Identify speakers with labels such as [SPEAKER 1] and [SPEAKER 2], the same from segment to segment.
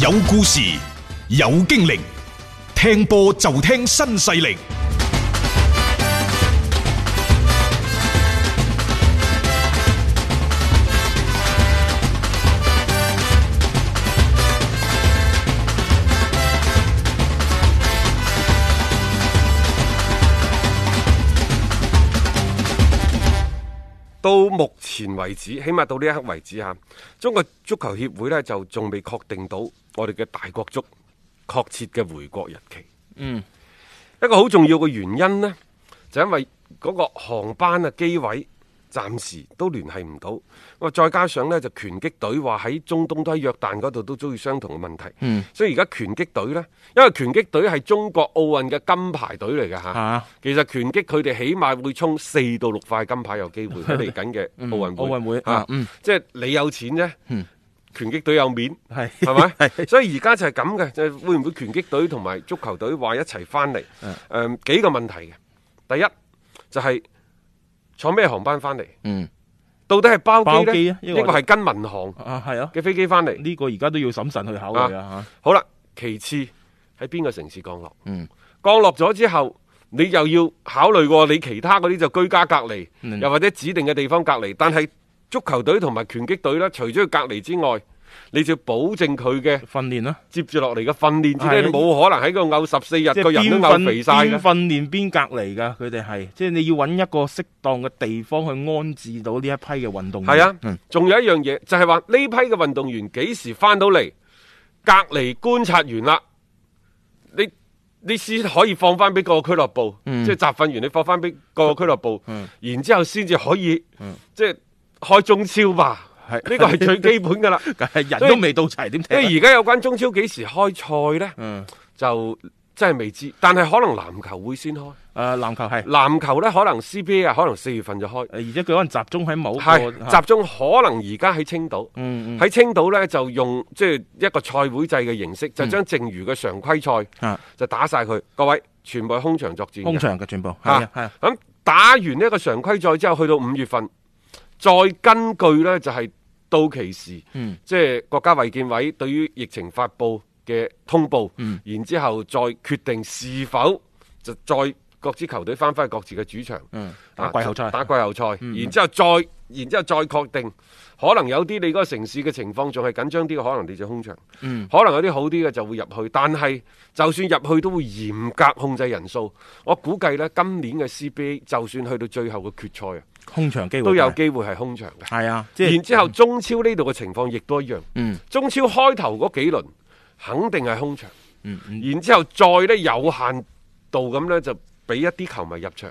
[SPEAKER 1] 有故事，有經歷，聽波就聽新勢力。
[SPEAKER 2] 到目前為止，起碼到呢一刻為止嚇，中國足球協會呢就仲未確定到我哋嘅大國足確切嘅回國日期。
[SPEAKER 3] 嗯，
[SPEAKER 2] 一個好重要嘅原因呢，就因為嗰個航班啊、機位暫時都聯繫唔到。咁啊，再加上呢，就拳擊隊話喺中東都喺約旦嗰度都遭遇相同嘅問題。
[SPEAKER 3] 嗯
[SPEAKER 2] 所以而家拳擊隊呢，因為拳擊隊係中國奧運嘅金牌隊嚟嘅嚇。
[SPEAKER 3] 吓
[SPEAKER 2] 其實拳擊佢哋起碼會衝四到六塊金牌有機 會喺嚟緊嘅奧運會。
[SPEAKER 3] 奧運會
[SPEAKER 2] 嚇
[SPEAKER 3] 啊嗯
[SPEAKER 2] 即係你有錢啫，
[SPEAKER 3] 嗯
[SPEAKER 2] 拳擊隊有面，
[SPEAKER 3] 係
[SPEAKER 2] 係咪？
[SPEAKER 3] 係
[SPEAKER 2] 所以而家就係咁嘅，就係會唔會拳擊隊同埋足球隊話一齊翻嚟？誒、
[SPEAKER 3] 啊
[SPEAKER 2] 幾個問題嘅，第一就係、坐咩航班翻嚟？
[SPEAKER 3] 嗯
[SPEAKER 2] 到底係包機
[SPEAKER 3] 包機
[SPEAKER 2] 呢
[SPEAKER 3] 啊？抑
[SPEAKER 2] 抑
[SPEAKER 3] 或
[SPEAKER 2] 或係跟民航
[SPEAKER 3] 啊係啊，
[SPEAKER 2] 嘅飛機翻嚟？
[SPEAKER 3] 呢個而家都要審慎去考慮啊
[SPEAKER 2] 好啦，其次喺邊個城市降落？
[SPEAKER 3] 嗯，
[SPEAKER 2] 降落咗之後，你又要考慮過你其他嗰啲就居家隔離，
[SPEAKER 3] 嗯
[SPEAKER 2] 又或者指定嘅地方隔離。但係足球隊同埋拳擊隊呢，除咗要隔離之外，你就要保證佢嘅
[SPEAKER 3] 吓，訓練啦，
[SPEAKER 2] 接住落嚟嘅訓練之
[SPEAKER 3] 係啊
[SPEAKER 2] 類，你冇可能喺度漚十四日，
[SPEAKER 3] 即係
[SPEAKER 2] 啊個人都
[SPEAKER 3] 邊
[SPEAKER 2] 漚
[SPEAKER 3] 訓
[SPEAKER 2] 肥晒
[SPEAKER 3] 邊
[SPEAKER 2] 嘅。
[SPEAKER 3] 訓練邊隔離㗎，佢哋係即係你要揾一個適當嘅地方去安置到呢一批嘅運動員。
[SPEAKER 2] 係啊
[SPEAKER 3] 嗯，
[SPEAKER 2] 仲有一樣嘢就係話呢批嘅運動員幾時翻到嚟隔離觀察完啦，你你先可以放翻俾個俱樂部，
[SPEAKER 3] 嗯
[SPEAKER 2] 即係集訓完你放翻俾個俱樂部，
[SPEAKER 3] 嗯
[SPEAKER 2] 然之後先至可以、
[SPEAKER 3] 嗯
[SPEAKER 2] 即係開中超吧。呢
[SPEAKER 3] 係
[SPEAKER 2] 個係最基本 噶啦，
[SPEAKER 3] 梗係人
[SPEAKER 2] 所以
[SPEAKER 3] 都未到齊點踢
[SPEAKER 2] 因
[SPEAKER 3] 啊？
[SPEAKER 2] 為而家有關中超幾時開賽呢？
[SPEAKER 3] 嗯，
[SPEAKER 2] 就真係未知，但係可能籃球會先開，
[SPEAKER 3] 誒啊籃球係，誒呃
[SPEAKER 2] 籃球呢，可能 CBA 啊，可能四月份就開，
[SPEAKER 3] 而且佢可能集中喺某個
[SPEAKER 2] 係
[SPEAKER 3] 啊嚇
[SPEAKER 2] 集中可能而家喺青島。
[SPEAKER 3] 嗯嗯
[SPEAKER 2] 喺青島呢，就用即係一個賽會制嘅形式，就將剩餘嘅常規賽
[SPEAKER 3] 嗯嚇
[SPEAKER 2] 就打晒佢。各位全部係空場作戰嘅，
[SPEAKER 3] 空場嘅全部係
[SPEAKER 2] 嚇
[SPEAKER 3] 啊係啊，
[SPEAKER 2] 咁打完呢一個常規賽之後，去到五月份，再根據呢，就係、到期時，
[SPEAKER 3] 嗯
[SPEAKER 2] 即係國家衛健委對於疫情發布嘅通報，
[SPEAKER 3] 嗯
[SPEAKER 2] 然之後再決定是否就再各支球隊翻返去各自嘅主場。
[SPEAKER 3] 嗯打
[SPEAKER 2] 啊
[SPEAKER 3] 季後賽
[SPEAKER 2] 打季後賽，
[SPEAKER 3] 嗯
[SPEAKER 2] 然之後再，然之後再確定，可能有啲你嗰個城市嘅情況仲係緊張啲嘅，可能你就空場，
[SPEAKER 3] 嗯
[SPEAKER 2] 可能有啲好啲嘅就會入去，但係就算入去都會嚴格控制人數。我估計呢，今年嘅 CBA 就算去到最後嘅決賽啊，
[SPEAKER 3] 空場機會
[SPEAKER 2] 都有
[SPEAKER 3] 大
[SPEAKER 2] 機會係空場嘅。
[SPEAKER 3] 係啊，即係
[SPEAKER 2] 然之後中超呢度嘅情況亦都一樣，
[SPEAKER 3] 嗯
[SPEAKER 2] 中超開頭嗰幾輪肯定係空場。
[SPEAKER 3] 嗯嗯
[SPEAKER 2] 然之後再呢有限度咁呢，就俾一啲球迷入場，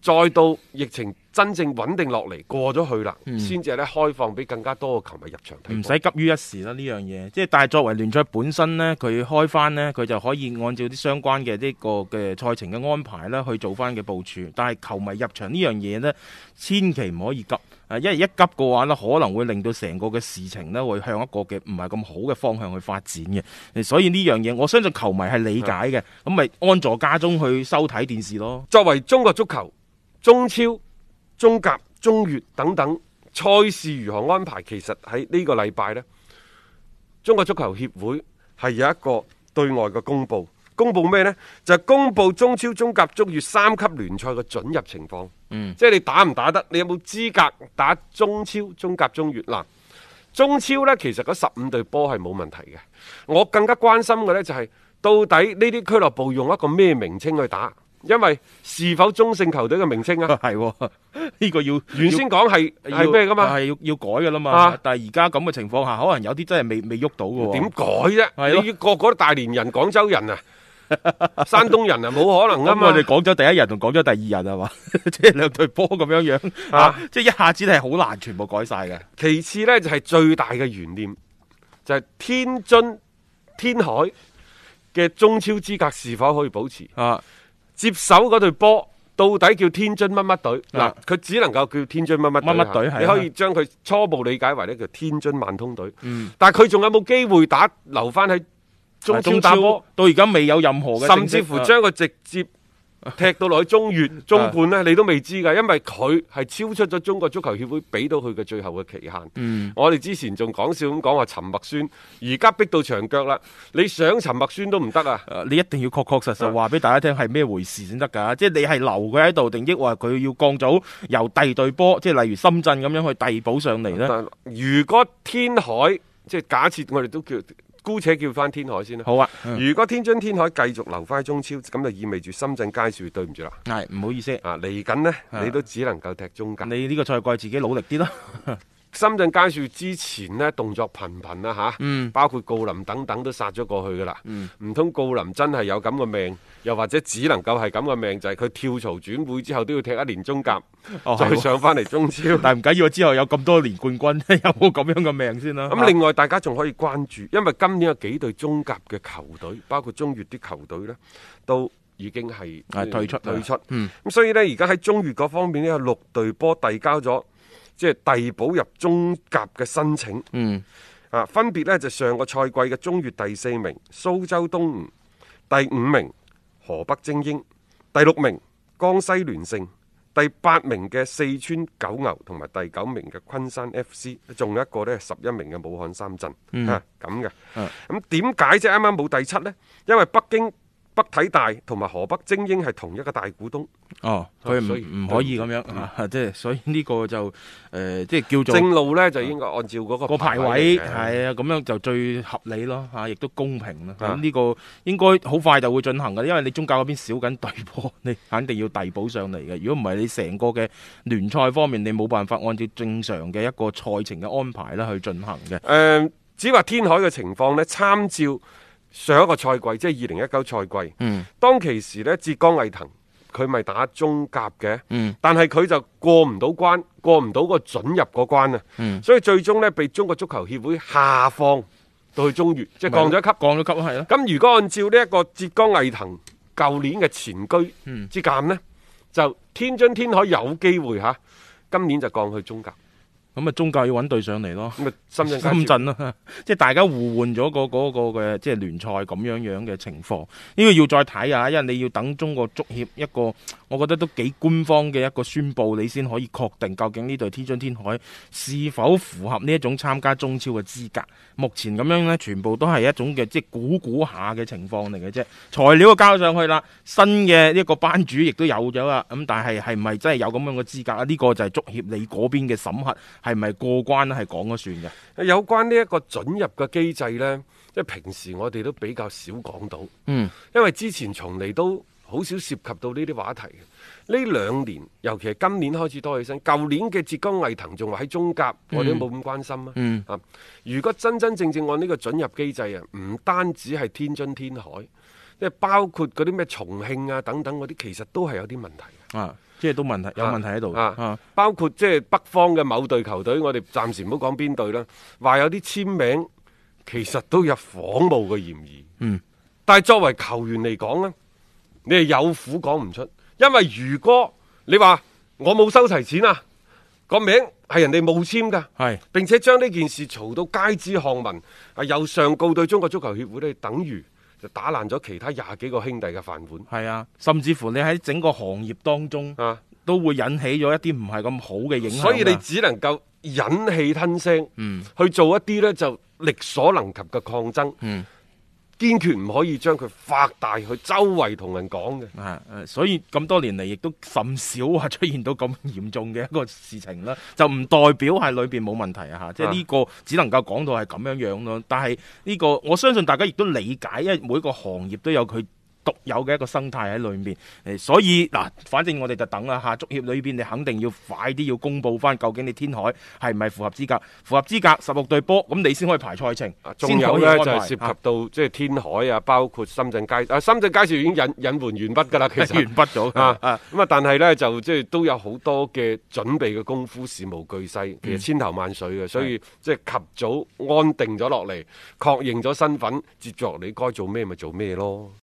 [SPEAKER 2] 再到疫情真正穩定落嚟過咗去啦，先至呢開放俾更加多嘅球迷入場睇
[SPEAKER 3] 嗯唔
[SPEAKER 2] 波。
[SPEAKER 3] 使急於一時啦，呢樣嘢即係但係作為聯賽本身呢，佢開翻呢，佢就可以按照啲相關嘅呢個嘅賽程嘅安排啦，去做翻嘅部署。但係球迷入場呢樣嘢呢，千祈唔可以急啊，因為一急嘅話呢，可能會令到成個嘅事情呢，會向一個嘅唔係咁好嘅方向去發展嘅。所以呢樣嘢，我相信球迷係理解嘅，咁咪安坐家中去收睇電視咯。
[SPEAKER 2] 作為中國足球、中超、中甲、中乙等等賽事如何安排，其實喺呢個禮拜呢，中國足球協會係有一個對外嘅公佈。公佈咩呢？就係公佈中超、中甲、中乙三級聯賽嘅準入情況。
[SPEAKER 3] 嗯
[SPEAKER 2] 即係你打唔打得，你有冇資格打中超、中甲、中乙嗱？中超呢，其實嗰十五隊波係冇問題嘅。我更加關心嘅呢，就係、到底呢啲俱樂部用一個咩名稱去打，因為是否中性球隊嘅名稱啊？
[SPEAKER 3] 係喎，呢個要
[SPEAKER 2] 原先講係
[SPEAKER 3] 要
[SPEAKER 2] 係咩噶嘛？
[SPEAKER 3] 係要要改噶啦嘛。
[SPEAKER 2] 啊
[SPEAKER 3] 但係而家咁嘅情況下，可能有啲真係未未喐到嘅喎。
[SPEAKER 2] 點改啫？
[SPEAKER 3] 係咯
[SPEAKER 2] 你要個個都大連人、廣州 人啊、山東人啊，冇可能噶
[SPEAKER 3] 咁
[SPEAKER 2] 嘛
[SPEAKER 3] 我哋。廣州第一人同廣州第二人係嘛， 即係兩隊波咁樣樣
[SPEAKER 2] 啊
[SPEAKER 3] 啊，即係一下子係好難全部改晒嘅。
[SPEAKER 2] 其次呢，就係、最大嘅懸念，就係、天津天海嘅中超資格是否可以保持？
[SPEAKER 3] 啊，
[SPEAKER 2] 接手嗰隊波到底叫天津乜乜隊？嗱
[SPEAKER 3] 啊，
[SPEAKER 2] 佢只能夠叫天津乜乜隊
[SPEAKER 3] 乜乜隊
[SPEAKER 2] 嚇
[SPEAKER 3] 係啊
[SPEAKER 2] 你可以將佢初步理解為呢叫天津萬通隊。
[SPEAKER 3] 嗯，
[SPEAKER 2] 但係佢仲有冇機會打留翻喺中超打波，
[SPEAKER 3] 到而家未有任何嘅啊
[SPEAKER 2] 甚至乎將佢直接踢到落去中乙、中判呢，你都未知㗎，因為佢係超出咗中國足球協會俾到佢嘅最後嘅期限。
[SPEAKER 3] 嗯
[SPEAKER 2] 我哋之前仲講笑咁講話陳默宣，而家逼到長腳啦，你想陳默宣都唔得啊！
[SPEAKER 3] 誒你一定要確確實實話俾大家聽係咩回事先得㗎，即係你係留佢喺度，定抑或佢要降組由第二隊波，即係例如深圳咁樣去遞補上嚟呢？
[SPEAKER 2] 但如果天海即係假設我哋都叫姑且叫翻天海先啦。
[SPEAKER 3] 好啊，嗯
[SPEAKER 2] 如果天津天海繼續留翻喺中超，咁就意味住深圳佳兆業對唔住啦。
[SPEAKER 3] 係唔好意思，
[SPEAKER 2] 啊，嚟緊呢，
[SPEAKER 3] 啊
[SPEAKER 2] 你都只能夠踢中甲。
[SPEAKER 3] 你呢個賽季自己努力啲啦。
[SPEAKER 2] 深圳佳兆業之前呢，動作頻頻啦吓，
[SPEAKER 3] 嗯
[SPEAKER 2] 包括郜林等等都殺咗過去噶啦。
[SPEAKER 3] 嗯
[SPEAKER 2] 唔通郜林真係有咁嘅命，又或者只能夠係咁嘅命，就係、佢跳槽轉會之後都要踢一年中甲，
[SPEAKER 3] 哦
[SPEAKER 2] 再
[SPEAKER 3] 係喎
[SPEAKER 2] 上翻嚟中超。
[SPEAKER 3] 但係唔緊要，之後有咁多年冠軍， 有冇咁樣嘅命先啦？啊
[SPEAKER 2] 咁另外大家仲可以關注，因為今年有幾隊中甲嘅球隊，包括中乙啲球隊呢，都已經係
[SPEAKER 3] 啊退出
[SPEAKER 2] 退出。
[SPEAKER 3] 嗯
[SPEAKER 2] 咁所以呢，而家喺中乙嗰方面呢，有六隊波遞交咗即係遞補入中甲嘅申請
[SPEAKER 3] 嗯
[SPEAKER 2] 啊，分別呢，就上個賽季嘅中乙第四名蘇州東吳，第五名河北精英，第六名江西聯盛。第八名嘅四川九牛同埋第九名嘅昆山 FC，仲有一個呢，十一名嘅武漢三鎮，
[SPEAKER 3] 嗯
[SPEAKER 2] 嚇咁嘅。
[SPEAKER 3] 嗯
[SPEAKER 2] 咁點解啫？啱啱冇第七呢？因為北京北體大同埋河北精英係同一個大股東，
[SPEAKER 3] 哦，佢唔
[SPEAKER 2] 所以嗯
[SPEAKER 3] 唔可以咁樣啊， 即係所以呢個就誒、呃即係叫做
[SPEAKER 2] 正路呢，就應該按照嗰個
[SPEAKER 3] 個排位
[SPEAKER 2] 嚟嘅
[SPEAKER 3] 係啊，咁樣就最合理咯嚇，亦都公平啦。
[SPEAKER 2] 啊
[SPEAKER 3] 咁呢個應該好快就會進行嘅，因為你宗教嗰邊少緊隊波，你肯定要遞補上嚟嘅。如果唔係，你成個嘅聯賽方面，你冇辦法按照正常嘅一個賽程嘅安排啦去進行嘅。
[SPEAKER 2] 誒、只話天海嘅情況呢，參照上一個賽季，即係二零一九賽季，
[SPEAKER 3] 嗯
[SPEAKER 2] 當其時呢，浙江毅騰佢咪打中甲嘅，
[SPEAKER 3] 嗯
[SPEAKER 2] 但係佢就過唔到關，過唔到個準入嗰關啊，
[SPEAKER 3] 嗯
[SPEAKER 2] 所以最終呢，被中國足球協會下放到去中乙，即係降咗一級。
[SPEAKER 3] 降咗級係咯。
[SPEAKER 2] 咁如果按照呢一個浙江毅騰舊年嘅前
[SPEAKER 3] 嗯
[SPEAKER 2] 居之鑑呢，就天津天海有機會嚇，今年就降去中甲。
[SPEAKER 3] 咁啊，宗教要揾隊上嚟咯。
[SPEAKER 2] 咁啊，深圳
[SPEAKER 3] 深圳啦， 即係大家互換咗個嗰個嘅即係聯賽咁樣樣嘅情況，呢個要再睇下，因為你要等中國足協一個，我覺得都幾官方嘅一個宣佈，你先可以確定究竟呢隊天津天海是否符合呢一種參加中超嘅資格。目前咁樣呢，全部都係一種嘅即係估估下嘅情況嚟嘅啫。材料交上去啦，新嘅呢個班主亦都有咗啦。咁但係係咪真係有咁樣嘅資格啊？呢、個就係足協你嗰邊嘅審核係咪過關咧，係講咗算嘅。
[SPEAKER 2] 有關呢一個準入嘅機制呢，即係平時我哋都比較少講到，
[SPEAKER 3] 嗯，
[SPEAKER 2] 因為之前從嚟都好少涉及到呢啲話題嘅。呢兩年，尤其係今年開始多起身，舊年嘅浙江毅騰仲話喺中甲，我哋都冇咁關心啊。
[SPEAKER 3] 嗯
[SPEAKER 2] 啊，如果真真正正按呢個準入機制啊，唔單止係天津天海，即係包括嗰啲咩重慶啊等等嗰啲，其實都係有啲問題嘅。
[SPEAKER 3] 啊，即係都問題有問題喺度
[SPEAKER 2] 啊
[SPEAKER 3] 啊，
[SPEAKER 2] 包括即係北方嘅某隊球隊，我哋暫時唔好講邊隊啦，話有啲簽名其實都有仿冒嘅嫌疑。
[SPEAKER 3] 嗯，
[SPEAKER 2] 但係作為球員嚟講呢，你係有苦講唔出，因為如果你話我冇收齊錢啊，個名係人哋冇簽㗎。
[SPEAKER 3] 係
[SPEAKER 2] 並且將呢件事嘈到街知巷聞，啊又上告對中國足球協會咧，等於就打爛咗其他廿幾個兄弟嘅飯碗
[SPEAKER 3] 係啊，甚至乎你喺整個行業當中
[SPEAKER 2] 啊！
[SPEAKER 3] 都會引起咗一啲唔係咁好嘅影響㗎。
[SPEAKER 2] 所以你只能夠忍氣吞聲，
[SPEAKER 3] 嗯
[SPEAKER 2] 去做一啲呢就力所能及嘅抗爭，
[SPEAKER 3] 嗯
[SPEAKER 2] 堅決唔可以將佢發大去周圍同人講嘅。
[SPEAKER 3] 啊，誒所以咁多年嚟，亦都甚少話出現到咁嚴重嘅一個事情啦。 就唔代表係裏邊冇問題啊，嚇，即係呢個只能夠講到係咁樣樣咯。但係呢個我相信大家亦都理解，因為每個行業都有佢。獨有嘅一個生態喺裏面，誒，所以嗱，反正我哋就等啦嚇。足協裏邊你肯定要快啲要公佈翻，究竟你天海係唔係符合資格？符合資格十六隊波，咁你先可以排賽程
[SPEAKER 2] 啊，仲
[SPEAKER 3] 先可
[SPEAKER 2] 有
[SPEAKER 3] 以
[SPEAKER 2] 呢，
[SPEAKER 3] 安
[SPEAKER 2] 就
[SPEAKER 3] 排
[SPEAKER 2] 係涉及
[SPEAKER 3] 啊
[SPEAKER 2] 到即係天海啊，包括深圳街啊，深圳街市已經隱隱瞞完畢㗎啦，其 實
[SPEAKER 3] 完畢咗
[SPEAKER 2] 啊，
[SPEAKER 3] 啊
[SPEAKER 2] 咁啊，但係呢，就即係都有好多嘅準備嘅功夫，事無巨
[SPEAKER 3] 嗯
[SPEAKER 2] 細，其實千頭萬緒嘅，所以即係及早安定咗落嚟，確認咗身份，接住落嚟該做咩咪做咩咯。